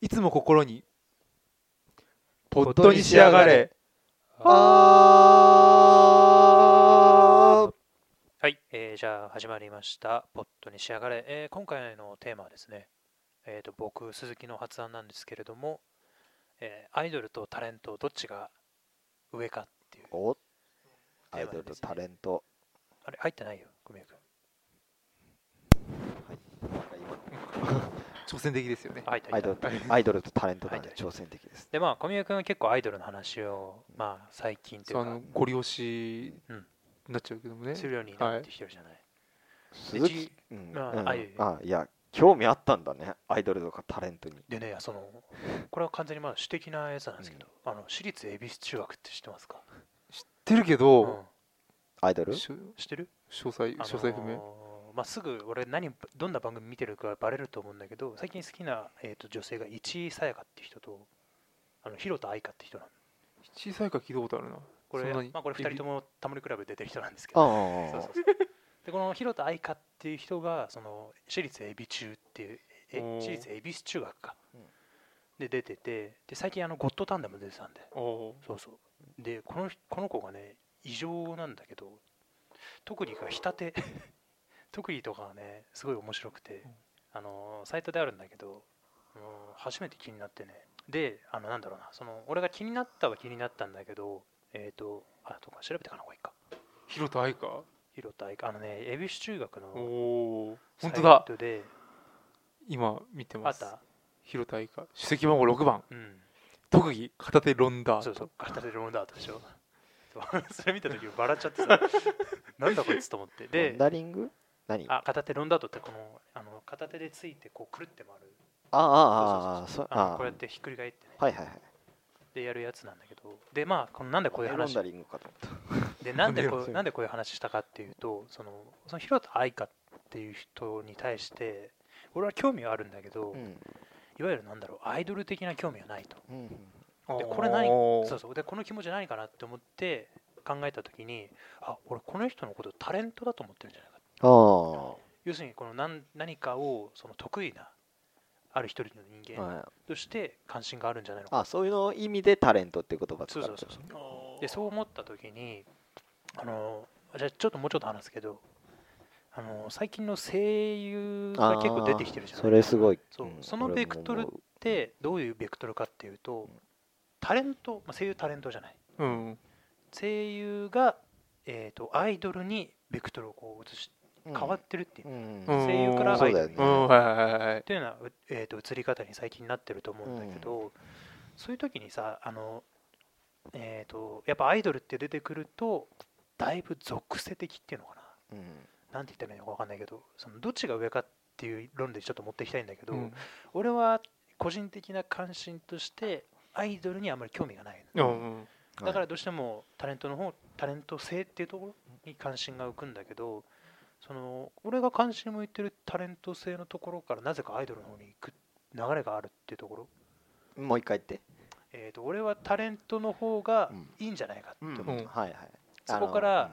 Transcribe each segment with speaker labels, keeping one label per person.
Speaker 1: いつも心にポットに仕上がれあー
Speaker 2: はい、えーじゃあ始まりました「ポットに仕上がれ」えー今回のテーマはですね、えー、と僕鈴木の発案なんですけれども、えーアイドルとタレントどっちが上かっていう
Speaker 3: お
Speaker 2: テ
Speaker 3: アイ
Speaker 2: ーマ
Speaker 3: ドル
Speaker 2: なんで
Speaker 3: と
Speaker 2: すね
Speaker 3: タレント、
Speaker 2: あれ入ってないよ久美君
Speaker 1: 挑戦的ですよね
Speaker 2: あ入っ
Speaker 3: ア
Speaker 2: た
Speaker 3: イ
Speaker 2: 入った
Speaker 3: ドルとアイドルとタレントなん
Speaker 2: は
Speaker 3: で
Speaker 2: い
Speaker 3: 挑戦的です。
Speaker 2: でまあ小宮君は結構アイドルの話をまあ最近とい
Speaker 1: そうあの
Speaker 2: うか
Speaker 1: ご利用し
Speaker 2: うん
Speaker 1: になっちゃうけどもね
Speaker 2: するようになってきてるじゃない、
Speaker 3: 鈴
Speaker 2: でじ
Speaker 3: 木、うん
Speaker 2: あ
Speaker 3: うん
Speaker 2: あいえいえ
Speaker 3: あいや興味あったんだねアイドルとかタレントに。
Speaker 2: でねそのこれは完全にまあ私的なやつなんですけど、あの私立恵比寿中学って知ってますか、
Speaker 1: 知ってるけ
Speaker 2: う
Speaker 1: ど
Speaker 2: ん、
Speaker 3: アイドル？
Speaker 1: しょ
Speaker 2: 知ってる
Speaker 1: 詳細詳細不明
Speaker 2: ーまあ、すぐ俺何どんな番組見てるかバレると思うんだけど最近好きな、えー、と女性が市井さやかって人とあの広田愛香って人なの
Speaker 1: 小さいから聞いたことあるな
Speaker 2: これ,、
Speaker 1: そんなに
Speaker 2: まあ、これ2人ともタモリクラブ出てる人なんですけ
Speaker 3: あ
Speaker 2: ど
Speaker 3: あ
Speaker 2: そう
Speaker 3: あ
Speaker 2: そうそうでこの広田愛香っていう人がその私立恵比中っていうえ
Speaker 1: おー
Speaker 2: 私立恵比寿中学か、
Speaker 3: うん
Speaker 2: で出ててで最近あのゴッドタンダム出てたんで
Speaker 1: お
Speaker 2: そうそうでこの人この子がね異常なんだけど特技がたて 特技とかがねすごい面白くて、
Speaker 1: ん
Speaker 2: あのサイトであるんだけど、うん初めて気になってねであのなんだろうなその俺が気になったは気になったんだけどえっ、とあとか調べてかなこいいか
Speaker 1: 広田愛か
Speaker 2: 広田愛花あのね恵比寿中学
Speaker 1: お
Speaker 2: の
Speaker 1: お
Speaker 2: サ
Speaker 1: 本
Speaker 2: イ
Speaker 1: 当だ
Speaker 2: トで
Speaker 1: 今見て
Speaker 2: あ
Speaker 1: ま
Speaker 2: っ
Speaker 1: す
Speaker 2: た
Speaker 1: 広田愛か主席番号6番
Speaker 2: うん
Speaker 1: 特技片手ロンダー
Speaker 2: そうそう片手でロンダートでしょそう それ見た時笑っちゃってさ なんだこいつと思って
Speaker 3: ロ
Speaker 2: で
Speaker 3: ンダリング？何？あ
Speaker 2: あ片手ロンダートってこのあの片手でついてこうくるって回る
Speaker 3: ああああそ
Speaker 2: あの
Speaker 3: あ
Speaker 2: こうやってひっくり返ってね
Speaker 3: はいはいはい。
Speaker 2: でやるやつなんだけどでまあこのなんでこういう
Speaker 3: ロン
Speaker 2: 話
Speaker 3: ダリングかと思った。
Speaker 2: でなんで
Speaker 1: ロンダ
Speaker 2: こ
Speaker 1: リン
Speaker 2: う
Speaker 1: グ
Speaker 2: なんでこういう話したかっていうとそのその広田愛香っていう人に対して俺は興味はあるんだけど、
Speaker 3: うん
Speaker 2: いわゆるなんだろうアイドル的な興味はないと
Speaker 3: うんうん
Speaker 2: でこれ何
Speaker 1: おー
Speaker 2: そうそうでこの気持ち何かなって思って考えた時にあ俺この人のことタレントだと思ってるんじゃないか
Speaker 3: ああ
Speaker 2: 要するにこの何何かをその得意なある一人の人間
Speaker 3: はい
Speaker 2: として関心があるんじゃないのか
Speaker 3: あそういうの意味でタレントっていう言葉使
Speaker 2: そ
Speaker 3: っ
Speaker 2: う
Speaker 3: て
Speaker 2: そうそうそうでそう思った時にあのじゃあちょっともうちょっと話すけどあの最近の声優が結構出てきてるじゃない
Speaker 3: それすごい。
Speaker 2: そう
Speaker 3: うん
Speaker 2: そのベクトルでどういうベクトルかっていうと
Speaker 3: うん
Speaker 2: タレント、まあ、声優タレントじゃない
Speaker 1: うん
Speaker 2: 声優が、えー、とアイドルにベクトルをこう移し
Speaker 3: 俺も
Speaker 2: 変わってるっていう、
Speaker 3: う
Speaker 1: う
Speaker 3: ん
Speaker 1: ん
Speaker 2: 声優からアイド
Speaker 3: そうだよ
Speaker 2: ルに
Speaker 3: ね
Speaker 1: うんはいはいはいはい
Speaker 2: というような、うえー、と移り方に最近なってると思うんだけど、そういう時にさあの、えー、とやっぱアイドルって出てくるとだいぶ属性的っていうのかな
Speaker 3: うん
Speaker 2: なんて言ったらいいのか分かんないけどそのどっちが上かっていう論でちょっと持っていきたいんだけど、
Speaker 1: うん
Speaker 2: 俺は個人的な関心としてアイドルにあまり興味がないの
Speaker 1: うんうん
Speaker 2: だか
Speaker 3: は
Speaker 2: らどうしてもタレントの方タレント性っていうところに関心が浮くんだけどその俺が関心向いてるタレント性のところからなぜかアイドルの方に行く流れがあるっていうところ、
Speaker 3: いもう一回言って。
Speaker 2: えー、と俺はタレントの方が
Speaker 3: うん
Speaker 2: いいんじゃないかって思う、
Speaker 1: うんうん
Speaker 3: はいはい。
Speaker 2: そこから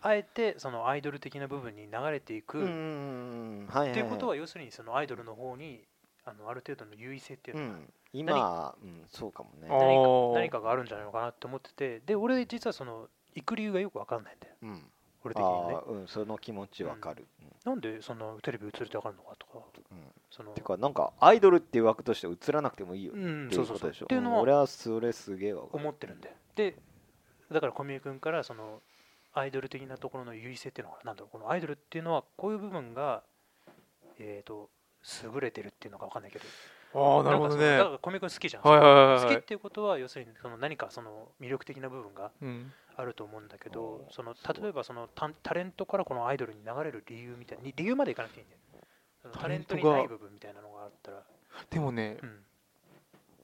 Speaker 2: あえてそのアイドル的な部分に流れていく、
Speaker 3: うんう
Speaker 2: っ
Speaker 3: んうんはいはい。
Speaker 2: ていうことは要するにそのアイドルの方にあのある程度の優位性っていう
Speaker 3: う
Speaker 2: のが
Speaker 3: ん、今、うん、そうかもね。
Speaker 1: あー
Speaker 2: 何か何かがあるんじゃないのかなって思っててで俺実はその行く理由がよく分かんないんだよ
Speaker 3: うん、
Speaker 2: 俺的にはね
Speaker 3: あーうん、その気持ちわかる。うん
Speaker 2: なんでそんなテレビ映れてわかるのかとか、
Speaker 3: うん
Speaker 2: その
Speaker 3: てか、なんかアイドルっていう枠として映らなくてもいいよ。
Speaker 2: う
Speaker 3: っ
Speaker 2: ん
Speaker 3: てい
Speaker 2: そううそう
Speaker 3: こと
Speaker 2: そうっ
Speaker 3: でしょ。
Speaker 2: ていう
Speaker 3: うん
Speaker 2: の
Speaker 3: 俺
Speaker 2: は
Speaker 3: はそれすげえわかる。
Speaker 2: 思ってるんだよでだから小宮君からそのアイドル的なところの優位性っていうのはなんだろうこのアイドルっていうのはこういう部分がえっ、と優れてるっていうのかわかんないけど
Speaker 1: ああなるほどね
Speaker 2: んかそのだ
Speaker 1: は
Speaker 2: から小宮君好きじゃん、
Speaker 1: いはいはい
Speaker 2: 好
Speaker 1: は
Speaker 2: きっ
Speaker 1: い
Speaker 2: ていうことは要するにその何かその魅力的な部分が
Speaker 1: うん
Speaker 2: あると思うんだけど
Speaker 3: おー
Speaker 2: その
Speaker 3: すごい
Speaker 2: 例えばそのタタレントからこのアイドルに流れる理由みたいに理由までいかなくていいんだよそのタ
Speaker 1: タ
Speaker 2: レ
Speaker 1: レ
Speaker 2: ン
Speaker 1: ン
Speaker 2: ト
Speaker 1: ト
Speaker 2: に
Speaker 1: が
Speaker 2: ない部分みたいなのがあったら、
Speaker 1: でもね
Speaker 2: うん、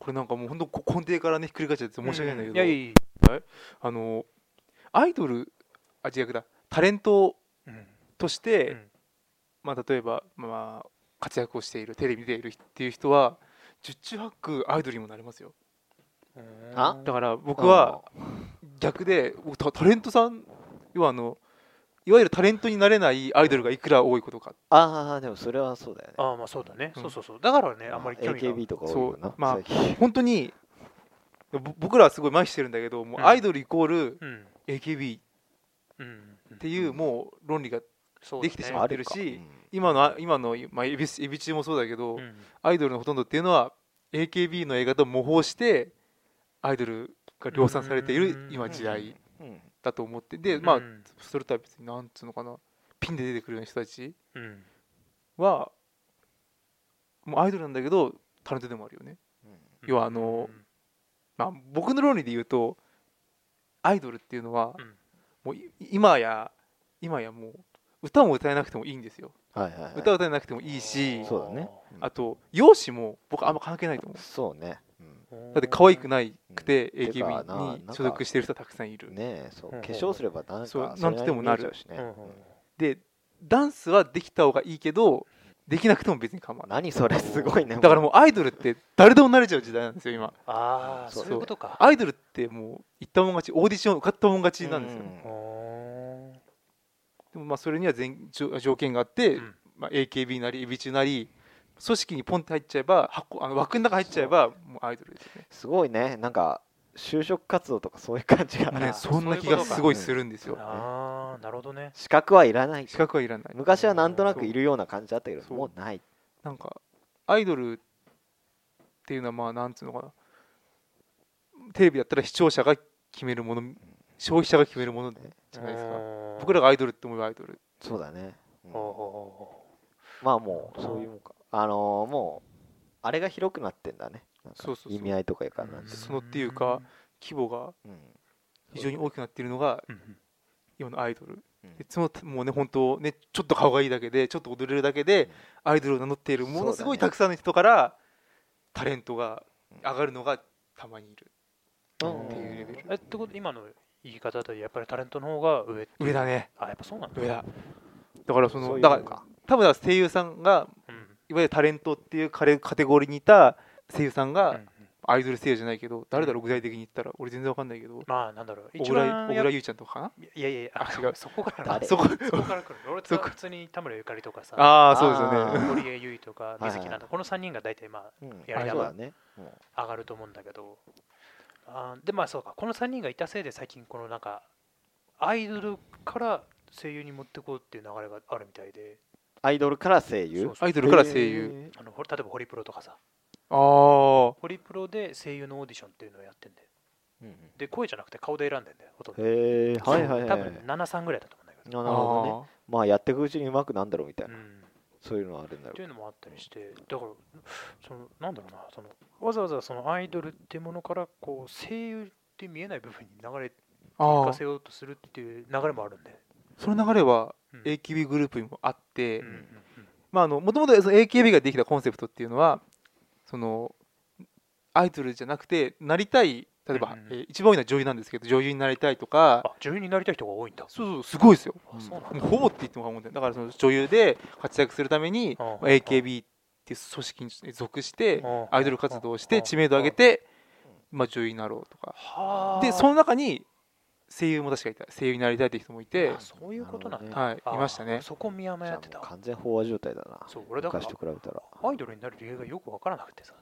Speaker 1: これなんかもう本当根底からねひっくり返っちゃって申し訳ないんだけど、
Speaker 2: やいやい
Speaker 1: あのアイドルあ違うだタレント
Speaker 2: やうん
Speaker 1: として、
Speaker 2: うん
Speaker 1: まあ、例えば、まあ、活躍をしているテレビに出ているっていう人は十中八九アイドルにもなりますよ
Speaker 3: あ
Speaker 1: だから僕は
Speaker 3: うん
Speaker 1: 逆で僕タタレントさん要はあのいわゆるタレントになれないアイドルがいくら多いことか
Speaker 3: ああでもそれはそうだよね
Speaker 2: ああまあそうだね、
Speaker 1: うん
Speaker 2: そうそうそうだからね
Speaker 3: ま
Speaker 2: あんまり興味が
Speaker 3: AKB とか多いよな
Speaker 1: そうまあ
Speaker 3: 最近
Speaker 1: 本当にぼ僕らはすごい麻痺してるんだけどもう
Speaker 2: うん
Speaker 1: アイドルイコール
Speaker 2: うん
Speaker 1: AKB っ
Speaker 2: うんって
Speaker 1: いう
Speaker 3: うん
Speaker 1: もう論理が
Speaker 2: そう
Speaker 1: できてしま
Speaker 3: あ
Speaker 1: ってる
Speaker 3: るか
Speaker 1: し
Speaker 3: うん
Speaker 1: 今のあ今の、まあ、エビスエビ中もそうだけど、
Speaker 2: うん
Speaker 1: アイドルのほとんどっていうのは AKB の映画と模倣してアイドルが量産されている
Speaker 2: うん
Speaker 1: 今時代
Speaker 3: うん
Speaker 1: だと思ってで
Speaker 3: うん
Speaker 1: まあ
Speaker 2: うん
Speaker 1: それとは別になんつうのかなピンで出てくるような人たち
Speaker 2: うん
Speaker 1: はもうアイドルなんだけどタレントでもあるよね、要はあのまあ、僕の論理で言うとアイドルっていうのは
Speaker 2: うん
Speaker 1: もうい今や今やもう歌も歌えなくてもいいんですよ
Speaker 3: はいはいはい
Speaker 1: 歌を歌えなくてもいいし
Speaker 3: そうだね
Speaker 1: あと容姿も僕あんま関係ないと思う
Speaker 3: そうねうん
Speaker 1: だって可愛く
Speaker 2: な
Speaker 1: ないくて
Speaker 3: うんてか
Speaker 1: AKB に
Speaker 3: な
Speaker 1: 所属してる人たくさんいる
Speaker 3: ねえそう
Speaker 2: うん
Speaker 3: 化粧すればなんか
Speaker 1: そう
Speaker 3: それ
Speaker 1: なんとでもなる
Speaker 3: りに見えちゃうしね
Speaker 1: でダンスはできた方がいいけどできなくても別に構わない
Speaker 3: 何それ すごいね
Speaker 1: だからもうアイドルって誰でもなれちゃう時代なんですよ今
Speaker 2: ああ
Speaker 3: そ
Speaker 2: そうういうことか
Speaker 1: アイドルってもう行ったもん勝ちオーディション受かったもん勝ちなんですよ、
Speaker 3: うん
Speaker 2: おー
Speaker 1: でもまあそれには全条条件があって、
Speaker 2: うん
Speaker 1: まあ、AKB なりエビ中なり組織にポンって入っちゃえば箱あの枠の中入っちゃえばもうアイドルですよね
Speaker 3: すごいねなんか就職活動とかそういう感じが
Speaker 2: ん
Speaker 1: ね
Speaker 2: あ
Speaker 1: そんな気
Speaker 2: そういうこ
Speaker 1: が
Speaker 2: とか
Speaker 1: すごいするんですよ
Speaker 2: ああなるほど ね
Speaker 3: 資格はいらない
Speaker 1: 資格はいらない
Speaker 3: 昔はなんとなくいるような感じだったけど
Speaker 1: そう
Speaker 3: もうない
Speaker 1: なんかアイドルっていうのはまあなんつうのかなテレビだったら視聴者が決めるもの消費者が決めるものじゃないですか僕ら
Speaker 2: が
Speaker 1: がアイドルって思えばアイドル
Speaker 3: そうだねうん
Speaker 2: ほうほ
Speaker 3: まあもうそういうもんかあのーもうあれが広くなってんだねなんか
Speaker 1: そうそうそう
Speaker 3: 意味合いとかいう
Speaker 2: うほ
Speaker 3: か
Speaker 2: う
Speaker 3: なんて
Speaker 1: そのっていうか規模が
Speaker 3: うん
Speaker 1: 非常に大きくなっているのが
Speaker 2: うんうん
Speaker 1: 今のアイドル
Speaker 3: うん
Speaker 1: いつももうね本当ねちょっと顔がいいだけでちょっと踊れるだけでアイドルを名乗っているものすごい
Speaker 3: そうだね
Speaker 1: たくさんの人からタレントが上がるのがたまにいる
Speaker 3: うん
Speaker 1: っていうレベル
Speaker 2: えってこと今の言い方だとやっぱりタレントの方が上っていう
Speaker 1: 上だね
Speaker 2: あやっぱそうなんだ
Speaker 1: 上だだからそ
Speaker 3: そう
Speaker 1: の
Speaker 3: いう
Speaker 1: だか
Speaker 3: もん
Speaker 1: ら
Speaker 3: か
Speaker 1: 多分だから声優さんが
Speaker 2: うん
Speaker 1: いわゆるタレントっていうカレカテゴリーにいた声優さん
Speaker 2: うんう
Speaker 1: が
Speaker 2: ん
Speaker 1: アイドル声優じゃないけど誰だろう具体的に言ったら俺全然わかんないけど
Speaker 2: まあなんだろう
Speaker 1: 小
Speaker 2: 一
Speaker 1: 倉
Speaker 2: 番
Speaker 1: 小
Speaker 2: や
Speaker 1: 倉優ちゃんとかかない
Speaker 2: やいやいや
Speaker 1: あ違う
Speaker 2: そこから
Speaker 3: 誰
Speaker 1: そこ
Speaker 2: そこから来る俺
Speaker 1: そ
Speaker 2: と
Speaker 1: こ
Speaker 2: 普通に田村ゆかりとかさ
Speaker 1: ああそうですよね
Speaker 3: あ
Speaker 2: 堀江優衣とか水木なん
Speaker 3: はいはい
Speaker 2: だこの3人が大体ま
Speaker 3: うん
Speaker 2: やり
Speaker 3: あ
Speaker 2: な
Speaker 3: そう
Speaker 2: が
Speaker 3: だ
Speaker 2: ら
Speaker 3: ねもう
Speaker 2: あ上がると思うんだけどあーでまあそうかこの3人がいたせいで最近このなんかアイドルから声優に持ってこうっていう流れがあるみたいで
Speaker 3: アイドルから声
Speaker 2: そ
Speaker 3: 優
Speaker 2: うそう
Speaker 1: アイドルから声優
Speaker 2: あのほ例えばホリプロとかさ
Speaker 1: ああ
Speaker 2: ホリプロで声優のオーディションっていうのをやってんだよ
Speaker 3: うんうん
Speaker 2: で声じゃなくて顔で選んでんだよほとんど
Speaker 3: へえはいはいはい
Speaker 2: 多
Speaker 3: なる
Speaker 2: 分73ぐらいだと思うんだけど、
Speaker 3: ほどねまあやっていくうちにうまくなんだろうみたいうなんそういうのはあるんだろ
Speaker 2: っ
Speaker 3: う
Speaker 2: ていうのもあったりしてだからそのなんだろうなそのわざわざそのアイドルってものからこう声優って見えない部分に流れ
Speaker 1: あ
Speaker 2: 行
Speaker 1: あ
Speaker 2: かせようとするっていう流れもあるんで、
Speaker 1: その流れは
Speaker 2: うん
Speaker 1: AKB グループにもあって、
Speaker 2: うんうんうん
Speaker 1: まああのもともと AKB ができたコンセプトっていうのはそのアイドルじゃなくてなりたい例えば、
Speaker 2: うんうん
Speaker 1: えー一番多いのは女優なんですけど女優になりたいとか
Speaker 2: あ女優になりたい人が多いんだ
Speaker 1: そうそうすごいですよ
Speaker 2: あそうなん
Speaker 1: もう
Speaker 2: だ
Speaker 1: ほぼって言っても過言ではないだからその女優で活躍するために、
Speaker 2: うん
Speaker 1: まあ AKB っていう組織に属して
Speaker 2: うん
Speaker 1: アイドル活動をし
Speaker 2: う
Speaker 1: て
Speaker 2: ん
Speaker 1: 知名度を上げて、まあ、女優になろうとか
Speaker 2: はあ
Speaker 1: でその中に声優も確かいた声優になりたいって人もいて
Speaker 2: あ、そういうことなん
Speaker 3: な
Speaker 2: だ、
Speaker 3: るほどね
Speaker 1: はい、
Speaker 2: あー
Speaker 1: いましたね
Speaker 2: そこ見
Speaker 3: じ
Speaker 2: 誤
Speaker 3: ゃあ
Speaker 2: って
Speaker 3: も
Speaker 2: た
Speaker 3: う完全飽和状態だな
Speaker 2: そう俺だから
Speaker 3: 昔と比べたら
Speaker 2: アイドルになる理由がよくわからなくてさ、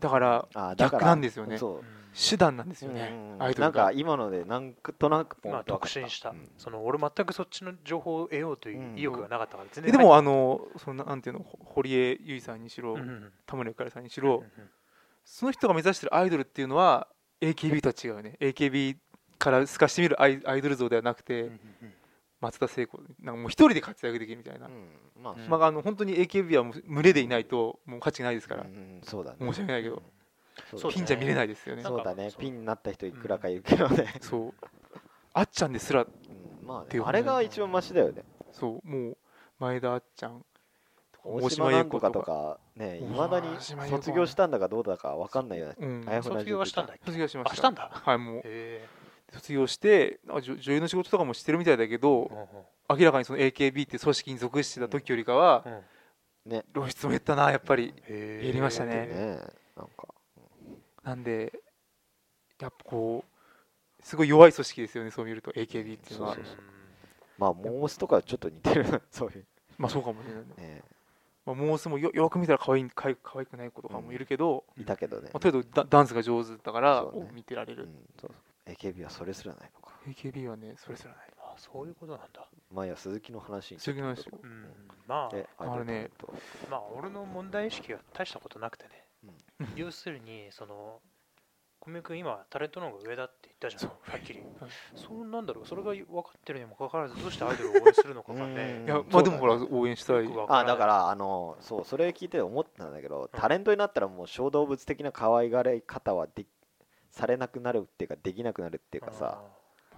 Speaker 1: だから
Speaker 3: あーだから
Speaker 1: 逆なんですよね
Speaker 3: そう
Speaker 1: 手段なんですよね
Speaker 3: うん
Speaker 1: アイド
Speaker 3: な
Speaker 1: ル
Speaker 3: んか
Speaker 1: が
Speaker 3: 今のでなんとなくポンと
Speaker 2: ま
Speaker 3: 分
Speaker 2: あ
Speaker 3: かった
Speaker 2: 特進した、
Speaker 3: うん
Speaker 2: その俺全くそっちの情報を得ようという意欲がなかったから全
Speaker 1: え
Speaker 2: 然
Speaker 1: で
Speaker 2: 入っ
Speaker 1: もあのそのなんていうのほ堀江由衣さんにしろ
Speaker 2: うんうんうん
Speaker 1: 田村ゆかりさんにし
Speaker 2: うんうん
Speaker 1: ろその人が目指してるアイドルっていうのは AKB とは違うよね AKB から透かしてみるアイアイドル像ではなく
Speaker 2: うん
Speaker 1: て
Speaker 2: うんうん
Speaker 1: 松田聖子なんかもう一人で活躍できるみたいな、
Speaker 3: うんまあ
Speaker 2: うん
Speaker 1: まあ、あの本当に AKB はもう群れでいないともう価値ないですから
Speaker 3: う、んそうだね
Speaker 1: 申し訳ないけど
Speaker 3: うん
Speaker 2: そうだね
Speaker 1: ピンじゃ見れないですよね
Speaker 2: な
Speaker 1: そう
Speaker 2: ん
Speaker 3: そ
Speaker 2: か
Speaker 3: うだね
Speaker 2: そう
Speaker 3: ピンになった人いくらかいるけどね
Speaker 1: あっちゃんですら
Speaker 3: うんま
Speaker 1: っ
Speaker 3: あ
Speaker 1: てい
Speaker 3: ね
Speaker 1: う
Speaker 3: あれが一番マシだよね
Speaker 1: そうもう前田あっちゃんとか
Speaker 3: 大島なんとかとかねいまだに
Speaker 1: 大島優子
Speaker 3: 卒業したんだかどうだか分かんないよね
Speaker 1: うん
Speaker 3: あやふ
Speaker 2: 卒業はしたんだっけ
Speaker 1: 卒業しました
Speaker 2: あしたんだ
Speaker 1: はいもう
Speaker 2: へ
Speaker 1: 卒業してあ女女優の仕事とかもしてるみたいだけど
Speaker 2: え
Speaker 1: 明らかにその AKB って組織に属してた時よりかは
Speaker 2: うん
Speaker 1: 露出も減ったなやっぱり
Speaker 2: へえ
Speaker 1: やりましたね
Speaker 3: ねなんか
Speaker 1: なんでやっぱこうすごい弱い組織ですよねそう見ると AKB っていうのは
Speaker 3: そうそうそうまあモースとかはちょっと似てるそういう
Speaker 1: まあそうかもしれないね、
Speaker 3: ね
Speaker 1: まあ、モースもよよく見たら可愛い可愛可愛くない子とかもいるけど、
Speaker 3: いたけどね、
Speaker 1: まあ、とりあえずダダンスが上手だから、
Speaker 3: そうね
Speaker 1: 見てられ
Speaker 3: う
Speaker 1: る、
Speaker 3: ん、そうそう AKB はそれすらないのか
Speaker 1: AKB はねそれすらない
Speaker 2: あそういうことなんだ
Speaker 3: 前は鈴木の話に
Speaker 1: 鈴木の話
Speaker 2: うんまあ
Speaker 3: で
Speaker 1: あのね
Speaker 3: と
Speaker 2: まあ俺の問題意識は大したことなくてね、
Speaker 1: うん
Speaker 2: 要するにその小宮君今タレントの方が上だって言ったじゃん
Speaker 1: そう
Speaker 2: はっきり
Speaker 1: うん
Speaker 2: そうなんだろうそれが分かってるにもかかわらずどうしてアイドルを応援するのかが
Speaker 3: う
Speaker 2: ね
Speaker 3: ん
Speaker 1: いや
Speaker 3: そう
Speaker 1: まあで
Speaker 3: だね
Speaker 1: もほら応援したい
Speaker 2: よくわ
Speaker 3: あだ
Speaker 2: ら
Speaker 3: か
Speaker 2: ない
Speaker 3: らあのそうそれ聞いて思ったんだけど、
Speaker 2: うん
Speaker 3: タレントになったらもう小動物的な可愛がられ方はできされなくなるっていうかできなくなるっていうかさ、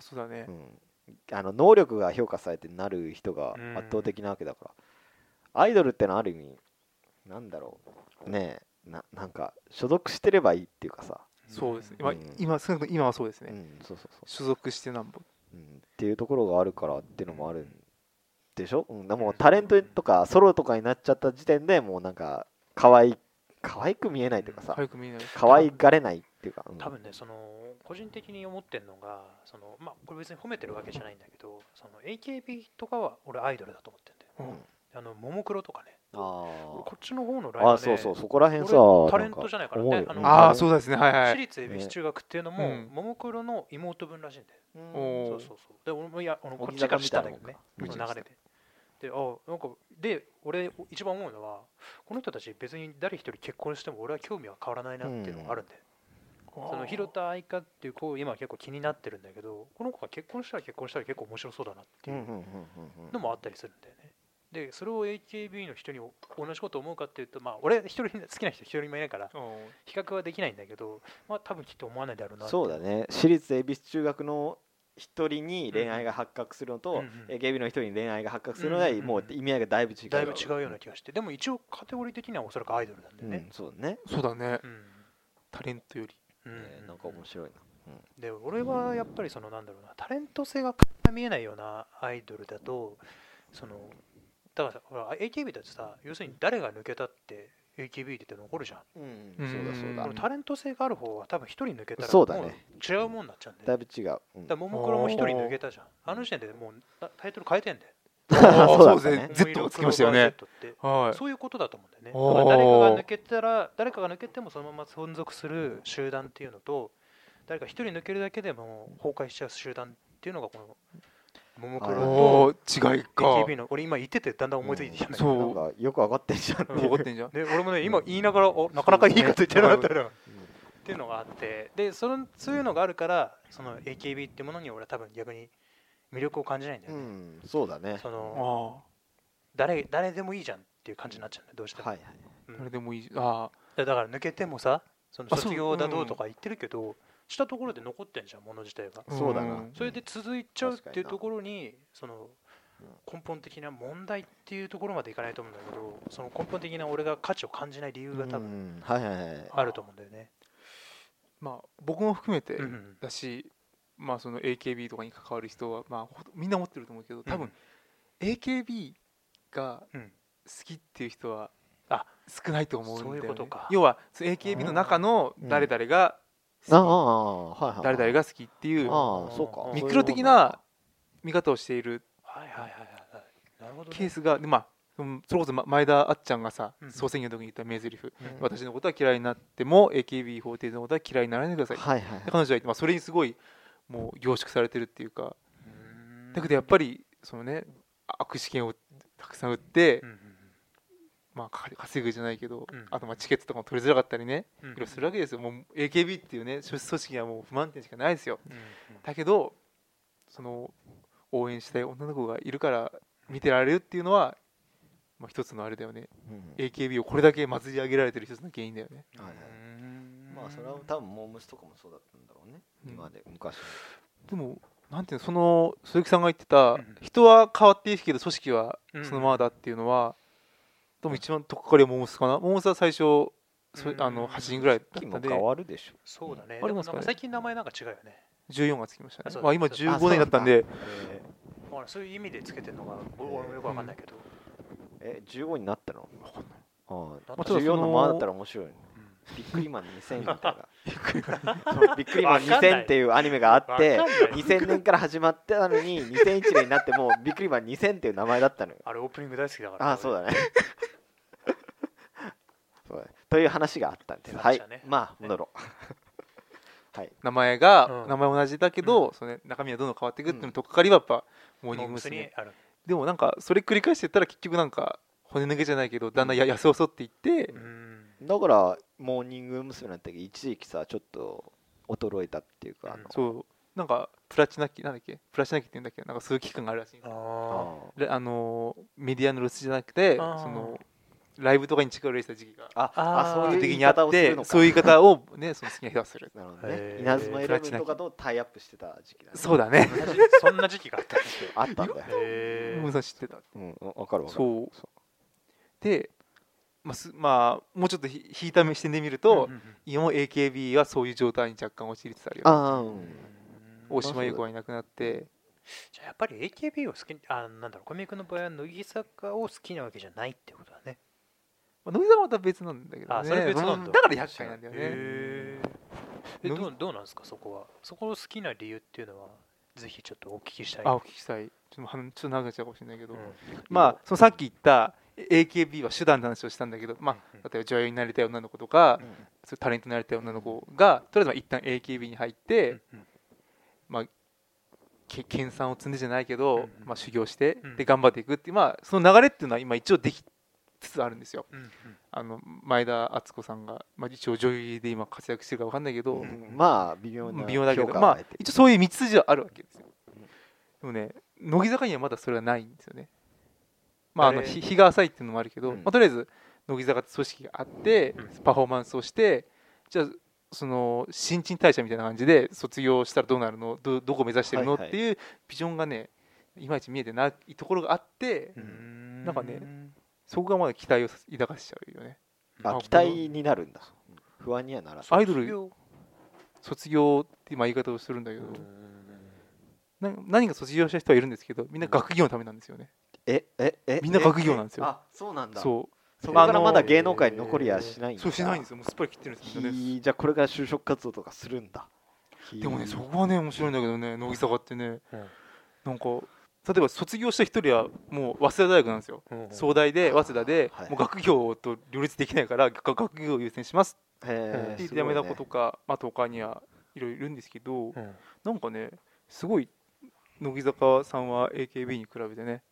Speaker 1: そうだね
Speaker 3: う、ん、あの能力が評価されてなる人が圧倒的なわけだから、アイドルってのはある意味なんだろうねえななんか所属してればいいっていうかさ、
Speaker 2: うん
Speaker 1: そうですね、
Speaker 3: うん
Speaker 1: まあ、今少なくとも今はそうですね、
Speaker 3: うん、そうそうそ
Speaker 1: 所属してなんぼ
Speaker 3: う、うん、っていうところがあるからっていうのもあるんでしょ、うん、でもタレントとかソロとかになっちゃった時点でもうなんか可愛い可愛く見えないというかさ、
Speaker 1: 早く見えない
Speaker 3: 可愛がれないっていうか、うん
Speaker 2: 多分ねその個人的に思ってるのがそのまあこれ別に褒めてるわけじゃないんだけどその AKB とかは俺アイドルだと思ってんだよ
Speaker 1: うん
Speaker 2: あのももクロとかね
Speaker 3: あ
Speaker 2: こっちの方のライブ
Speaker 3: あ
Speaker 2: ね
Speaker 3: あそうそうそこら辺さ
Speaker 2: 俺タレントじゃないからね
Speaker 3: なん思うよ
Speaker 2: あの
Speaker 1: ああ
Speaker 3: う
Speaker 1: そうですねはいは
Speaker 2: 私
Speaker 1: い
Speaker 2: 立恵比寿中学っていうのも、
Speaker 1: うん
Speaker 2: ももクロの妹分らしいんだよ
Speaker 3: ん
Speaker 1: おー
Speaker 2: そうそうそう。で、俺もいや、あのこ
Speaker 3: 乃
Speaker 2: っ
Speaker 3: 木
Speaker 2: ちか
Speaker 3: 坂
Speaker 2: らしたんだけどね、
Speaker 3: み
Speaker 2: こ
Speaker 3: た
Speaker 2: の
Speaker 3: いなもんか
Speaker 2: 流れで。で、あなんか、で、俺、一番思うのは、この人たち、別に誰一人結婚しても、俺は興味は変わらないなっていうのがあるんで、その広田愛花っていう子、今結構気になってるんだけど、この子が結婚したら結婚したら結構面白そうだなって
Speaker 3: う
Speaker 2: い
Speaker 3: んう
Speaker 2: うん
Speaker 3: うんうんうん
Speaker 2: のもあったりするんだよね。で、それを AKB の人に同じこと思うかっていうと、まあ、俺、一人 好きな人一人もいないから、
Speaker 1: うん
Speaker 2: 比較はできないんだけど、まあ、多分きっと思わないだろうなって
Speaker 3: そうだね私立恵比寿中学の一人に恋愛が発覚するの
Speaker 2: うんう
Speaker 3: と
Speaker 2: ん、
Speaker 3: AKB の一人に恋愛が発覚するのでは
Speaker 2: うんうんうん
Speaker 3: もう意味合いがだいぶ違う
Speaker 2: だいぶ違うような気がして、でも一応カテゴリー的にはおそらくアイドルなんだよ
Speaker 3: う
Speaker 2: ね
Speaker 3: ん。そうだね
Speaker 1: そうだね
Speaker 2: うん
Speaker 1: タレントより
Speaker 2: う
Speaker 3: えーなんか面白い
Speaker 2: で俺はやっぱりそのなんだろうなタレント性が見えないようなアイドルだとそのだからさほら AKB だってさ要するに誰が抜けたって AKB って残るじゃん、
Speaker 3: なうん
Speaker 1: うん
Speaker 3: そうだそう
Speaker 2: こ
Speaker 3: だ
Speaker 2: のタレント性がある方は多分一人抜けたら
Speaker 3: そうだね
Speaker 2: もう違うもんになっちゃうんだよ
Speaker 3: だ
Speaker 2: だ
Speaker 3: いぶ違ううん
Speaker 2: からももクロも一人抜けたじゃんあの時点でもうタタイトル変えてんだよ
Speaker 1: あー
Speaker 3: そう
Speaker 1: そ
Speaker 3: だ
Speaker 1: うですね
Speaker 3: ね
Speaker 1: Z がつきましたよね
Speaker 2: Z って
Speaker 1: はい
Speaker 2: そういうことだと思うんだよね。
Speaker 1: おー
Speaker 2: だから誰かが抜けたら、誰かが抜けてもそのまま存続する集団っていうのと、誰か一人抜けるだけでも崩壊しちゃう集団っていうのが、この、ももク
Speaker 1: お
Speaker 2: ロ
Speaker 1: ー違い
Speaker 2: と
Speaker 1: か
Speaker 2: AKB の、俺今言っててだんだん思いついてきたんだけど、
Speaker 1: そう
Speaker 3: なんかよくわかってんじゃんっていう
Speaker 1: 分かってんじゃん
Speaker 2: で俺もね、今言いながら、おなかなかいいこと言ってなかったな。っていうのがあって、で、そのそういうのがあるから、その AKB ってものに俺は多分逆に魅力を感じないんだ
Speaker 3: う
Speaker 2: よね。
Speaker 3: んそうだね
Speaker 2: その
Speaker 1: あ
Speaker 2: 誰誰でもいいじゃんっていう感じになっちゃうんだよ、どうしても。
Speaker 3: はいはい
Speaker 2: うん
Speaker 1: あれでもいいしあ
Speaker 2: だだから抜けてもさその
Speaker 1: あそう
Speaker 2: 卒業だ
Speaker 1: うん
Speaker 2: どうとか言ってるけど、したところで残ってんじゃんもの自体が
Speaker 1: あ
Speaker 3: そうだなん
Speaker 2: それで続いちゃうって
Speaker 3: 確か
Speaker 2: い
Speaker 3: に
Speaker 2: う
Speaker 3: な
Speaker 2: ところにその
Speaker 3: うん
Speaker 2: 根本的な問題っていうところまでいかないと思うんだけどその根本的な俺が価値を感じない理由が多分
Speaker 3: 分はいはいはい
Speaker 2: あると思うんだよね。
Speaker 1: まあ僕も含めて
Speaker 2: うんうん
Speaker 1: だしまあその AKB とかに関わる人はまあほとみんな持ってると思うけど多分 AKB が
Speaker 2: う
Speaker 1: 好
Speaker 2: ん
Speaker 1: きっていう人は
Speaker 2: あ
Speaker 1: 少ないと思うんだよ、ね、
Speaker 2: そういうことか
Speaker 1: 要はその AKB の中の誰々が
Speaker 3: ああ
Speaker 1: 好
Speaker 3: はいは
Speaker 1: き
Speaker 3: い
Speaker 1: 誰々が好きっていう
Speaker 3: ああそうか
Speaker 1: ミクロ的な見方をしている
Speaker 2: はいはいはいはい。なるほど、ね。
Speaker 1: ケースがでまあうんそれこそま前田あっちゃんがさ
Speaker 2: うん
Speaker 1: 総選挙の時に言った名台詞
Speaker 2: うん
Speaker 1: 私のことは嫌いになっても AKB48 のことは嫌いにならないでください
Speaker 3: はいはい
Speaker 1: で彼女は言って、まあ、それにすごいもう凝縮されてるっていうか
Speaker 2: うん
Speaker 1: だけどやっぱりそのねあ握手券をたくさん売って、
Speaker 2: うんうん
Speaker 1: まあ、か稼ぐじゃないけど、
Speaker 2: うん
Speaker 1: あとまあチケットとかも取りづらかったりね
Speaker 2: うん
Speaker 1: いろいろするわけですよもう AKB っていうね組織はもう不満点しかないですよ
Speaker 2: うんうん
Speaker 1: だけどその応援したい女の子がいるから見てられるっていうのは、まあ、一つのあれだよね
Speaker 3: うん
Speaker 1: AKB をこれだけ祭り上げられてる一つの原因だよね
Speaker 3: はいはい
Speaker 2: うん
Speaker 3: まあそれは多分モームスとかもそうだったんだろうね、
Speaker 1: うん
Speaker 3: 今まで昔
Speaker 1: でもなんていうのその鈴木さんが言ってた
Speaker 2: うん
Speaker 1: 人は変わっていくけど組織は
Speaker 2: うん
Speaker 1: そのままだっていうのはでも一番とっかかりはモームスかなモームスは最初そ
Speaker 2: うん
Speaker 1: あの8人ぐらいだ
Speaker 3: 時
Speaker 1: った
Speaker 3: も
Speaker 1: んで
Speaker 3: 変わるでしょ
Speaker 2: そうだね。
Speaker 1: あり
Speaker 2: でも
Speaker 1: ます
Speaker 2: な
Speaker 1: か
Speaker 2: ん
Speaker 1: ね
Speaker 2: か最近名前なんか違うよね。
Speaker 1: 14がつきました
Speaker 2: あそ
Speaker 1: ね
Speaker 2: う
Speaker 1: まあ今
Speaker 2: そうそう
Speaker 1: 15年だったんで
Speaker 3: え
Speaker 2: ほらそういう意味でつけてるのが俺俺もよくわかんないけど、
Speaker 3: ーえ15になったの
Speaker 1: わかんない
Speaker 3: ああ
Speaker 2: ま
Speaker 1: ただ
Speaker 2: あ
Speaker 1: その
Speaker 3: 14のままだったら面白いね
Speaker 2: うん
Speaker 3: ビックリマン2000みたいな そうビックリマン
Speaker 2: わかんない
Speaker 3: 2000っていうアニメがあ
Speaker 2: わ
Speaker 3: っ
Speaker 2: かんない
Speaker 3: て2000年から始まってたのに2001年になってもうビックリマン2000っていう名前だったのよ
Speaker 2: あれオープニング大好きだから
Speaker 3: ああそうだ
Speaker 2: ね
Speaker 3: ね そうだねという話があったんです、
Speaker 2: 出ま
Speaker 3: は
Speaker 2: し
Speaker 3: い
Speaker 2: たね
Speaker 3: まあ戻ろうはい
Speaker 1: 名前が、
Speaker 2: うん
Speaker 1: 名前同じだけど、その中身はどんどん変わっていくっていうのとっかかりはやっぱモーニング
Speaker 2: モーニン
Speaker 1: 娘
Speaker 2: グに。ある
Speaker 1: でもなんかそれ繰り返してったら結局なんか骨抜けじゃないけどだんだんや痩せ細っていって
Speaker 2: う、ん
Speaker 3: だからモーニング娘。なんて一時期さちょっと衰えたっていうかあの
Speaker 2: うん
Speaker 1: そうなんかプラチナ期なんだっけプラチナ期って言うんだっけなんかそういう期間があるらしいんですよ
Speaker 2: あ
Speaker 3: あ
Speaker 1: であのーメディアの露出じゃなくて
Speaker 2: あー
Speaker 1: そのライブとかに力を入れてた時期が
Speaker 3: あ
Speaker 2: あ
Speaker 3: あ
Speaker 2: ー
Speaker 3: そういう
Speaker 1: 的
Speaker 3: 言い
Speaker 1: にあ
Speaker 3: 方
Speaker 1: っ
Speaker 3: をする
Speaker 1: て
Speaker 3: のか
Speaker 1: そういう言い方をねその好きな人は する
Speaker 3: なるほど
Speaker 2: へ
Speaker 3: ね
Speaker 2: ー
Speaker 3: 稲妻イレブン
Speaker 1: プラチナ
Speaker 3: とかとタイアップしてた時期だね
Speaker 1: そうだね
Speaker 2: ーそんな時期があったんですよ
Speaker 3: あったん だよ、
Speaker 2: へ
Speaker 1: ムーさん知ってた
Speaker 3: うん、わかるわかる
Speaker 1: そう
Speaker 3: そ
Speaker 1: で、まあすまあ、もうちょっとひ引いた目視点で見ると、今も AKB はそういう状態に若干陥れてたり
Speaker 3: ああ、う
Speaker 2: うん
Speaker 3: ん、
Speaker 1: 大島優子がいなくなって
Speaker 2: じゃあやっぱり AKB を好きあなんだろう小宮君の場合は乃木坂を好きなわけじゃないってことだね
Speaker 1: まあ乃木さんはまた別なんだけど、ね、
Speaker 2: あそれ別なんだ
Speaker 1: うだから厄介なんだよ
Speaker 2: へ
Speaker 1: ね
Speaker 2: え
Speaker 1: 乃木
Speaker 2: どうどうなんですかそこはそこを好きな理由っていうのはぜひちょっとお聞きしたい
Speaker 1: あお聞きしたいちょっとはんちょっと長くなっちゃうかもしれないけど、
Speaker 2: うん
Speaker 1: まあそのさっき言った AKB は手段の話をしたんだけど、ま
Speaker 2: うん
Speaker 1: あ、例えば女優になりたい女の子とか、
Speaker 3: うん
Speaker 1: そういうタレントになりたい女の子がとりあえずまあ一旦 AKB に入って、
Speaker 2: うんうん
Speaker 1: け研鑽を積んでじゃないけど、
Speaker 2: うんうん
Speaker 1: まあ、修行して、
Speaker 2: うん
Speaker 1: で頑張っていくっていう、まあ、その流れっていうのは今一応できつつあるんですよ
Speaker 2: うんうん
Speaker 1: あの前田敦子さんが、まあ、一応女優で今活躍してるか分かんないけど、
Speaker 3: うんまあ微妙な
Speaker 1: 微妙だけ
Speaker 3: 評
Speaker 1: ど、
Speaker 3: 価
Speaker 1: ま
Speaker 3: は
Speaker 1: あ
Speaker 3: 得て、る
Speaker 1: 一応そういう道筋はあるわけですよ
Speaker 3: うん。
Speaker 1: でもね、乃木坂にはまだそれはないんですよね。まあ、あの
Speaker 2: えー
Speaker 1: 日日が浅いっていうのもあるけど、
Speaker 3: うん
Speaker 1: まあ、とりあえず乃木坂って組織があって
Speaker 2: うん、
Speaker 1: パフォーマンスをして、じゃあ、その新陳代謝みたいな感じで卒業したらどうなるのどどこ目指してるの、
Speaker 3: はいはい
Speaker 1: っていうビジョンがねいまいち見えてないところがあって、
Speaker 3: うん
Speaker 2: うん
Speaker 1: なんかねそこがまだ期待を抱かしちゃうよね
Speaker 3: あ
Speaker 1: あ
Speaker 3: 期待になるんだうん不安にはならない
Speaker 1: アイドル
Speaker 2: 卒業
Speaker 1: 卒業って今言い方をするんだけど、
Speaker 2: うん
Speaker 1: な何が卒業した人はいるんですけどみんな学業のためなんですよね、
Speaker 3: えええ
Speaker 1: みんな学業なんですよ
Speaker 3: えあそうなんだ
Speaker 1: そう
Speaker 3: そこからまだ芸能界に残りやしないんだ
Speaker 1: そうしないんですよもうすっぱり切ってるんですよね
Speaker 3: ひーじゃあこれから就職活動とかするんだひー
Speaker 1: でもねそこはね面白いんだけどね乃木坂ってね
Speaker 2: うん
Speaker 1: なんか例えば卒業した一人はもう早稲田大学なんですよ
Speaker 2: うんうん
Speaker 1: 総大で早稲田で
Speaker 3: はい
Speaker 1: もう学業と両立できないから学学業を優先しますって
Speaker 3: へ
Speaker 1: 言
Speaker 3: ー
Speaker 1: っ
Speaker 3: す
Speaker 1: て
Speaker 3: ご
Speaker 1: や
Speaker 3: いね
Speaker 1: めた子とかまああと他にはいろいろいるんですけど
Speaker 2: うん
Speaker 1: なんかねすごい乃木坂さんは AKB に比べてね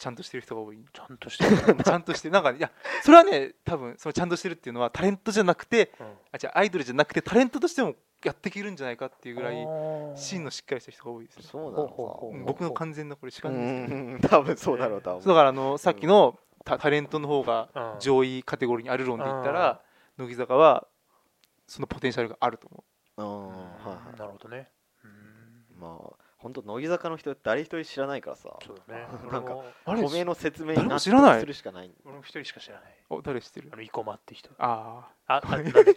Speaker 1: ちゃんとしてる人が多い
Speaker 2: ちゃんとしてる
Speaker 1: ちゃんとしてなんかいやそれはね多分そのちゃんとしてるっていうのはタレントじゃなくて
Speaker 2: うん
Speaker 1: あじゃあアイドルじゃなくてタレントとしてもやっていけるんじゃないかっていうぐらい
Speaker 2: あー
Speaker 1: 真のしっかりした人が多いですね
Speaker 3: そうな
Speaker 2: ほう
Speaker 3: の
Speaker 2: ほうほ
Speaker 1: う
Speaker 2: うん
Speaker 1: 僕の完全なこれ主
Speaker 3: かう
Speaker 1: 観ですけど
Speaker 3: ん多分そうだろうとは思
Speaker 1: そうだからあのさっきのタタレントの方が
Speaker 2: うん
Speaker 1: 上位カテゴリーにある論で言ったら乃木坂はそのポテンシャルがあると思
Speaker 3: ううん
Speaker 2: うん
Speaker 3: はいはい
Speaker 2: なるほどねうん
Speaker 3: まあ本当乃木坂の人誰一人知らないからさ
Speaker 2: そうだね
Speaker 3: なんか
Speaker 2: 俺も
Speaker 1: うあ
Speaker 3: おめえ
Speaker 1: れ
Speaker 3: の説明に
Speaker 1: 誰も
Speaker 3: 納
Speaker 1: 知らない
Speaker 3: 得するしかない
Speaker 2: 俺も一人しか知らない
Speaker 1: お誰知ってる
Speaker 2: あの生駒って 人
Speaker 1: あ
Speaker 2: あ、あなんだっけ
Speaker 3: え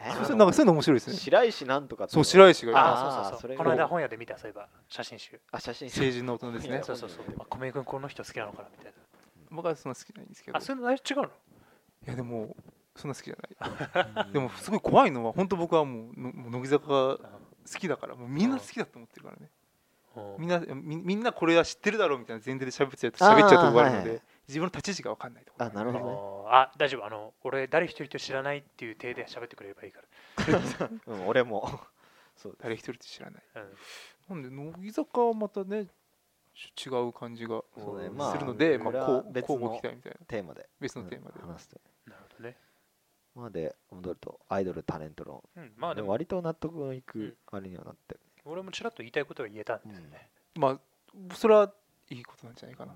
Speaker 1: あ
Speaker 3: ー
Speaker 1: そうそうなんかそういうの面白いですね
Speaker 3: 白石なんとかって
Speaker 1: そう白石
Speaker 3: あ
Speaker 1: が
Speaker 3: ー
Speaker 2: あそうそ
Speaker 3: そ
Speaker 2: うそう
Speaker 3: れ
Speaker 2: この間本屋で見たそういえば写真集
Speaker 3: あ写真
Speaker 1: 成人の大人です
Speaker 3: い
Speaker 1: ね
Speaker 3: や
Speaker 2: そうそうそう
Speaker 3: 本屋で
Speaker 2: あ米君この人好きなのかなみたい
Speaker 1: 僕はそんな好きじゃないんですけど
Speaker 2: なあそういうの違うの
Speaker 1: いやでもそんな好きじゃない
Speaker 3: うん
Speaker 1: でもすごい怖いのは本当僕はもうのもう乃木坂が好きだからもうみんな好きだと思ってるからねみんなみみんなこれは知ってるだろうみたいな前提で喋っちゃうと
Speaker 3: あー
Speaker 1: 喋っちゃうとこがあるので、
Speaker 3: はい
Speaker 1: 自分の立ち位置が分かんないとこ
Speaker 3: あなるほどね
Speaker 2: あ大丈夫あの俺誰一人と知らないっていう体で喋ってくれればいいか
Speaker 3: うん、俺も そう
Speaker 1: 誰一人と知らない
Speaker 2: ら、うん、
Speaker 1: なんで乃木坂はまたねち違う感じが
Speaker 3: そうね
Speaker 2: うん
Speaker 3: まあ
Speaker 1: するので、
Speaker 3: こ
Speaker 1: まあ
Speaker 3: れは
Speaker 1: こう
Speaker 3: 別
Speaker 1: こうご
Speaker 3: の
Speaker 1: 期待みたいな
Speaker 3: テーマで
Speaker 1: 別のテーマで、
Speaker 3: うん話して
Speaker 2: なるほどね、
Speaker 3: まあで戻るとアイドルタレント論
Speaker 2: うん、まあで
Speaker 3: でも
Speaker 2: も
Speaker 3: 割と納得のいくあれにはなってる、
Speaker 2: 俺もちらっと言いたいことは言えたんですよね、
Speaker 1: まあそれはいいことなんじゃないかな、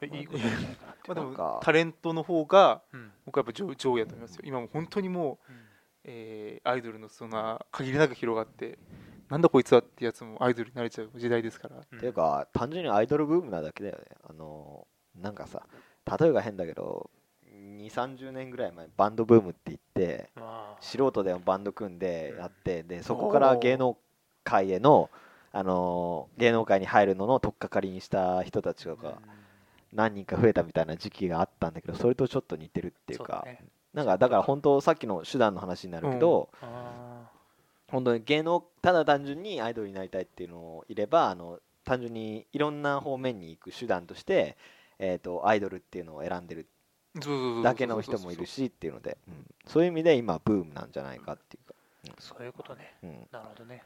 Speaker 2: えいいことじゃないかなって
Speaker 1: まあ、で
Speaker 3: なん
Speaker 1: も
Speaker 3: か
Speaker 1: タレントの方が
Speaker 2: うん
Speaker 1: 僕はやっぱ上上位だと思いますよ今もう本当にもう、えーアイドルのそんな限りなく広がってなんだこいつはってやつもアイドルになれちゃう時代ですから
Speaker 2: うん
Speaker 3: っていうか単純にアイドルブームなだけだよねあのなんかさ例えが変だけど2 3 0年ぐらい前バンドブームって言って
Speaker 2: まあ
Speaker 3: 素人でもバンド組んでやってでそこから芸能界へのあの芸能界に入るのの取っかかりにした人たちとか何人か増えたみたいな時期があったんだけどそれとちょっと似てるっていう
Speaker 2: そうだ
Speaker 3: か
Speaker 2: ね
Speaker 3: なんかだから本当さっきの手段の話になるけど、
Speaker 2: あ
Speaker 3: 本当に芸能ただ単純にアイドルになりたいっていうのをいればあの単純にいろんな方面に行く手段として、えー、とアイドルっていうのを選んでる
Speaker 1: そうそうそうそう
Speaker 3: だけの人もいるしっていうので、うんそういう意味で今ブームなんじゃないかっていうか、
Speaker 2: ーそういうことね
Speaker 3: うん
Speaker 2: なるほどね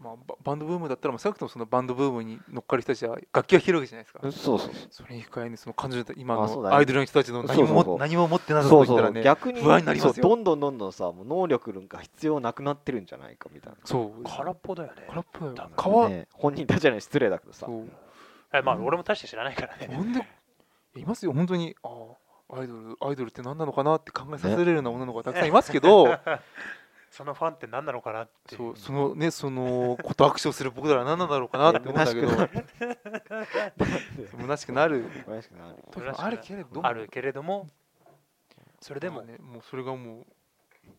Speaker 1: まあ、ババンドブームだったら、まあ、少なくともそのバンドブームに乗っかる人たちは楽器が弾けるわけじゃないですか、
Speaker 3: そうそう
Speaker 1: それに加えにその感情で今
Speaker 3: あそう
Speaker 1: の
Speaker 3: だね
Speaker 1: アイドルの人たちの何も
Speaker 3: そうそうそう
Speaker 1: 何も持ってなさ
Speaker 3: そ
Speaker 1: そうと言
Speaker 3: うそ
Speaker 1: っ
Speaker 3: う
Speaker 1: たらね
Speaker 3: 逆に
Speaker 1: 不安になりますよ
Speaker 3: そうどんどんどんどんさもう能力が必要なくなってるんじゃないかみたいな
Speaker 1: そう
Speaker 2: 空っぽだよね
Speaker 1: 空っぽだよ
Speaker 2: 多分
Speaker 1: 川、
Speaker 3: ね本人たちには失礼だけどさ
Speaker 1: そう
Speaker 2: えまあ俺も大して知らないからね
Speaker 1: なんでいますよ本当にああアイドルアイドルって何なのかなって考えさせられるような女の子がたくさんいますけど、
Speaker 2: そのファンって何なのかなってい
Speaker 1: そううそのねそのこと握手をする僕らは何なんだろうかなって思うんだけど
Speaker 3: 虚し く
Speaker 1: 虚しくなる
Speaker 3: 虚しくなる
Speaker 1: 時もあるけれども
Speaker 2: あるけれどもそれで
Speaker 1: ま
Speaker 2: も
Speaker 1: あねもうそれがもう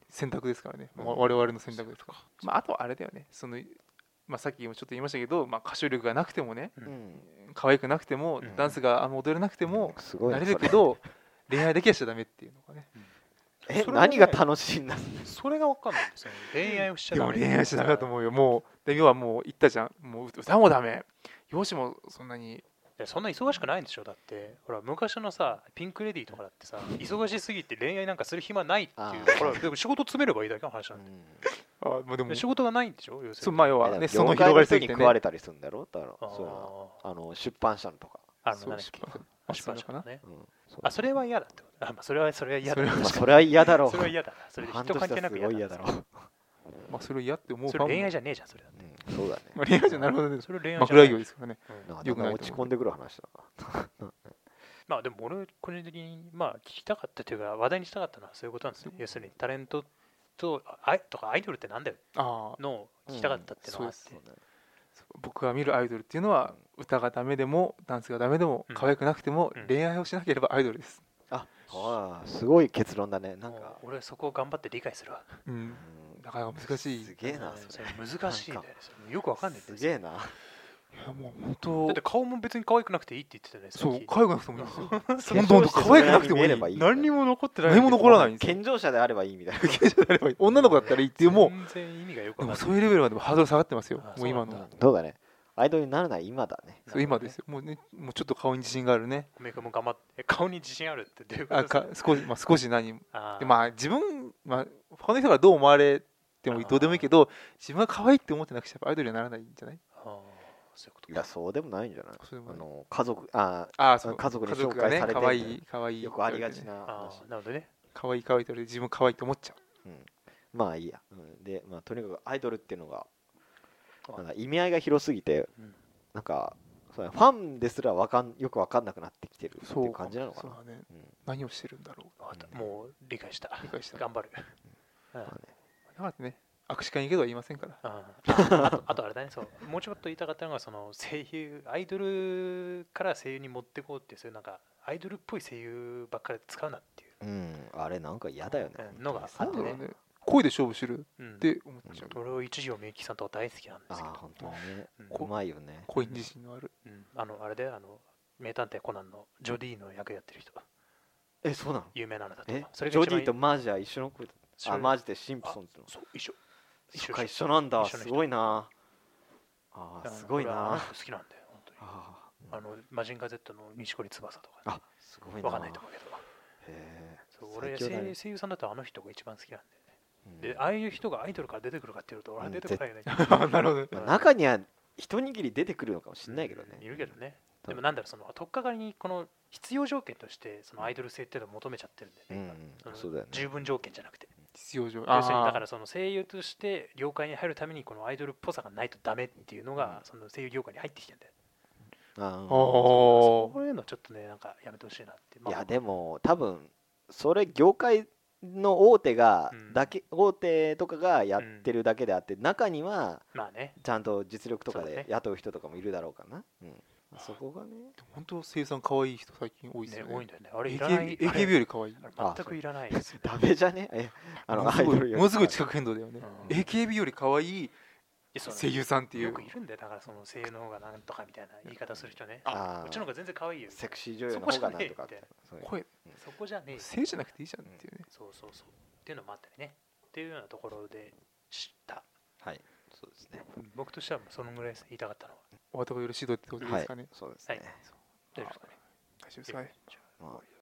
Speaker 1: 選択ですからね、
Speaker 3: うん
Speaker 1: わ我々の選択ですからまあ、あとはあれだよねその、まあ、さっきもちょっと言いましたけど、まあ、歌唱力がなくてもね
Speaker 2: う
Speaker 3: うんん
Speaker 1: 可愛くなくても、
Speaker 2: うん
Speaker 1: ダンスがあんま踊れなくても、
Speaker 3: すごい
Speaker 1: なれ
Speaker 3: ね
Speaker 1: る
Speaker 3: そ
Speaker 1: け
Speaker 3: れ
Speaker 1: ど恋愛だけはしちゃダメっていうのがね
Speaker 3: え
Speaker 2: それもね
Speaker 3: 何が楽しいんだ
Speaker 2: それが分かんないんですよね恋愛をしちゃ
Speaker 1: で
Speaker 2: ダ
Speaker 1: も
Speaker 2: メ
Speaker 1: 恋愛しちゃダメだと思うよもうで要はもう言ったじゃんもう歌もダメ容姿もそんなに
Speaker 2: いやそんな忙しくないんでしょだってほら昔のさピンク・レディーとかだってさ忙しすぎて恋愛なんかする暇ないってい
Speaker 3: あ
Speaker 2: う
Speaker 3: ー
Speaker 2: ほらでも仕事詰めればいいだけの話なんで
Speaker 1: あまあでも
Speaker 2: で仕事がないんでしょ要す
Speaker 1: そう
Speaker 2: るに
Speaker 1: まあ
Speaker 2: あ
Speaker 1: 要は
Speaker 3: え
Speaker 1: ねそ
Speaker 3: 業
Speaker 1: の
Speaker 3: 界
Speaker 1: 広
Speaker 3: の
Speaker 1: がりす
Speaker 3: 人に
Speaker 1: ぎて
Speaker 3: 食
Speaker 1: ね
Speaker 3: われたりするんだろだから
Speaker 2: ー
Speaker 3: そういうのあの出版社のとか、
Speaker 2: あの
Speaker 1: そう
Speaker 2: なんだっけ
Speaker 1: 出版
Speaker 2: あ出版社のね
Speaker 3: うんそう
Speaker 2: あそれは嫌だってことあ、まあ、それはそれは嫌だ
Speaker 1: それ
Speaker 3: まあ
Speaker 1: は
Speaker 3: それは嫌だろう
Speaker 2: それは嫌だなそれで
Speaker 3: ファン
Speaker 2: 人
Speaker 3: とし
Speaker 2: 関
Speaker 3: て
Speaker 2: 係
Speaker 3: はす
Speaker 2: なく
Speaker 3: ごい嫌
Speaker 2: 嫌だ
Speaker 3: だろ
Speaker 2: な
Speaker 3: う、
Speaker 1: まあそれを嫌って思う
Speaker 2: そ
Speaker 1: フ
Speaker 2: れ
Speaker 1: ァンも
Speaker 2: 恋愛じゃねえじゃんそれだ
Speaker 3: うん、そうだね
Speaker 1: まあ恋愛じ ゃなるほどね
Speaker 2: それ恋愛じゃな
Speaker 1: 枕
Speaker 2: い
Speaker 1: 業ですからね
Speaker 2: うん
Speaker 3: なん
Speaker 1: 良く
Speaker 3: か
Speaker 1: ないと思う
Speaker 3: 落ち込んでくる話だな
Speaker 2: まあでも俺個人的にまあ聞きたかったというか話題にしたかったのはそういうことなんですよ要するにタレントとあいとかアイドルってなんだよ
Speaker 1: ああ
Speaker 2: のを聞きたかったっていうのがあって、
Speaker 3: そうだね
Speaker 1: 僕が見るアイドルっていうのは歌がダメでもダンスがダメでも
Speaker 2: うん
Speaker 1: 可愛くなくても
Speaker 2: うん
Speaker 1: 恋愛をしなければアイドルです、
Speaker 3: ああーすごい結論だねなん
Speaker 2: も
Speaker 3: か
Speaker 2: う俺そこを頑張って理解するわ
Speaker 1: うん、
Speaker 3: うん
Speaker 1: なかなか難しい
Speaker 3: すげえな
Speaker 2: うん
Speaker 3: そ
Speaker 2: そ
Speaker 3: れ
Speaker 2: れ難しいんだよねそれよくわかんないん
Speaker 3: す
Speaker 2: ですよ
Speaker 3: げえない
Speaker 1: やもう本
Speaker 2: だ
Speaker 1: 当
Speaker 2: って顔も別に可愛くなくていいって言ってたよね
Speaker 1: そ
Speaker 2: さっ
Speaker 1: う
Speaker 2: き
Speaker 1: 可愛くなくてもいいんですよ
Speaker 3: そう
Speaker 1: 本当可愛くなくてもい
Speaker 3: 見えればい
Speaker 1: い
Speaker 3: い
Speaker 2: 何にも残ってない
Speaker 1: 何も残らないんですよ
Speaker 3: 健常者であればいいみたいな
Speaker 1: 女の子だったらいいっていうもう
Speaker 2: 全然意味がよく
Speaker 1: で
Speaker 2: わかん
Speaker 1: も
Speaker 2: ない
Speaker 1: そういうレベルまでもハードル下がってますよ
Speaker 2: あ。
Speaker 1: もう今
Speaker 2: そうなん
Speaker 1: の
Speaker 2: だ。
Speaker 3: そうだねアイドルにならない今だね
Speaker 1: そう今ですよ。もうね、もうちょっと顔に自信があるね。
Speaker 2: おめくも頑張って顔に自信あるってどういうこと
Speaker 1: あ、
Speaker 2: ですか
Speaker 1: か少しまあ少し何も
Speaker 2: あー
Speaker 1: でまあ自分まあ他の人がどう思われても
Speaker 2: あー
Speaker 1: どうでもいいけど、自分が可愛いって思ってなくちゃやっぱアイドルにはならないんじゃない？
Speaker 2: あーそういうこと
Speaker 3: い
Speaker 2: か
Speaker 3: やそうでもないんじゃない
Speaker 1: そうでも
Speaker 3: あ
Speaker 1: ない
Speaker 3: の家族あ
Speaker 1: あー、そう。
Speaker 3: 家族に
Speaker 1: 家族
Speaker 3: 紹
Speaker 1: が
Speaker 3: 介
Speaker 1: ね
Speaker 3: され、て
Speaker 1: 可愛い可愛い。
Speaker 3: よくありがち
Speaker 1: ね。
Speaker 3: な
Speaker 2: あ
Speaker 3: 話
Speaker 2: ーなるほどね
Speaker 1: 可愛い可愛いって言われて自分可愛いと思っちゃう。
Speaker 3: まあいいや、うん、で、まあ、とにかくアイドルっていうのが
Speaker 2: あ
Speaker 3: なんか意味合いが広すぎて、
Speaker 2: うん
Speaker 3: なんかそうだねファンですらわかんよくわかんなくなってきてるっていう感じなのか
Speaker 1: そう
Speaker 3: な
Speaker 1: だね。
Speaker 3: うん
Speaker 1: 何をしてるんだろう。
Speaker 2: わかったもう理解した
Speaker 1: 理解した
Speaker 2: 頑張るうん
Speaker 3: まあね
Speaker 1: だからね、握手会に行けとは言いませんから。
Speaker 2: あーあと あとあれだねそうもうちょっと言いたかったのがその声優アイドルから声優に持ってこうっていうそういうなんかアイドルっぽい声優ばっかり使うなっていう
Speaker 3: うん、あれなんか嫌だよね
Speaker 2: うんのが
Speaker 3: 本
Speaker 1: な
Speaker 2: あっ
Speaker 1: ん
Speaker 2: て
Speaker 1: だろ
Speaker 2: ね
Speaker 1: うね。声で勝負してる
Speaker 2: うん
Speaker 1: って思っちゃう。
Speaker 2: 俺を一条みゆきさんとか大好きなんで
Speaker 3: 当
Speaker 2: す
Speaker 3: にあ
Speaker 2: け
Speaker 3: あ
Speaker 2: ど
Speaker 3: 本当にね
Speaker 2: うん
Speaker 3: うまいよね
Speaker 1: 声に自信のある。
Speaker 2: うんあのあれであの名探偵コナンのジョディの役やってる人
Speaker 3: えそうなの
Speaker 2: 有名なのだと
Speaker 3: え
Speaker 2: それ
Speaker 3: ジ
Speaker 2: が
Speaker 3: ョ
Speaker 2: 一
Speaker 3: デ
Speaker 2: 番
Speaker 3: ィとマージャ一緒の声だ
Speaker 2: それ
Speaker 3: あマージでシンプソンっての
Speaker 2: そう一緒
Speaker 3: そっか一緒なんだ
Speaker 2: 一緒の
Speaker 3: す
Speaker 2: 人
Speaker 3: ごいなあー
Speaker 2: だから
Speaker 3: すごい
Speaker 2: 俺はあの
Speaker 3: な
Speaker 2: 人好きなんだよ本当に
Speaker 3: あ
Speaker 2: あのマジンガー Z の錦織翼と
Speaker 3: ー
Speaker 2: か
Speaker 3: あすごいな
Speaker 2: わかんないと思うけど
Speaker 3: へえ
Speaker 2: そう俺
Speaker 3: 最強だね
Speaker 2: 声声優さんだとあの人が一番好きなん
Speaker 3: うん
Speaker 2: ででああいう人がアイドルから出てくるかっていうと俺は出てこないよね
Speaker 1: なるほどね。
Speaker 3: まあ中には一握り出てくるのかもしれないけどね
Speaker 2: うんいるけどねでもなんだろうその取っかかりにこの必要条件としてそのアイドル性っていうのを求めちゃってるんだ
Speaker 3: う
Speaker 2: よね
Speaker 3: ん
Speaker 2: 今、の
Speaker 3: そうだよね
Speaker 2: 十分条件じゃなくて
Speaker 1: 必要上。
Speaker 2: 要するに
Speaker 1: あ
Speaker 2: だ
Speaker 1: あ
Speaker 2: からその声優として業界に入るためにこのアイドルっぽさがないとダメっていうのがその声優業界に入ってきてんだよ
Speaker 3: あ
Speaker 1: ー。
Speaker 3: ー
Speaker 1: お
Speaker 2: そういうのちょっとねなんかやめてほしいなって、まあ
Speaker 3: いやでも多分それ業界の大手が
Speaker 2: うん
Speaker 3: だけ、大手とかがやってるだけであって、中には
Speaker 2: まあね
Speaker 3: ちゃんと実力とか
Speaker 2: そうだね
Speaker 3: で雇う人とかもいるだろうからなうんそこがね
Speaker 1: 本当生産可愛い人最近多いです
Speaker 2: ね
Speaker 1: よね
Speaker 2: 多いんだよねあれいらない
Speaker 1: AKB, AKB より可愛い
Speaker 2: あれあれ全くいらないですよ
Speaker 3: ダメじゃねえあ
Speaker 1: も
Speaker 3: の
Speaker 1: の
Speaker 3: ア
Speaker 1: す
Speaker 3: イ
Speaker 1: ご
Speaker 3: ドル
Speaker 1: い
Speaker 3: より
Speaker 1: ものすごい地殻変動だよね、
Speaker 2: うん
Speaker 1: AKB より可愛い
Speaker 2: やそう
Speaker 1: 声優さんっていう
Speaker 2: よくいるんだよだからその声優の方がなんとかみたいな言い方する人ね
Speaker 3: あー
Speaker 2: こっちの方が全然可愛いよ
Speaker 3: セクシー女優の方がなんとかみたいなそういう
Speaker 1: 声
Speaker 2: そこじゃねえよ
Speaker 1: 性じゃなくていいじゃんっていうね
Speaker 2: そうそうそうっていうのもあったりねっていうようなところでした
Speaker 3: はいそうですね
Speaker 2: 僕としてはもうそのぐらいです言いたかったのは
Speaker 1: お後がよろしいとってことで
Speaker 3: は
Speaker 1: す
Speaker 3: い
Speaker 1: かね
Speaker 3: そうです
Speaker 2: はい
Speaker 3: ね
Speaker 2: そう大丈夫ですかね
Speaker 1: 大丈夫ですかね
Speaker 2: じゃあ
Speaker 3: まあ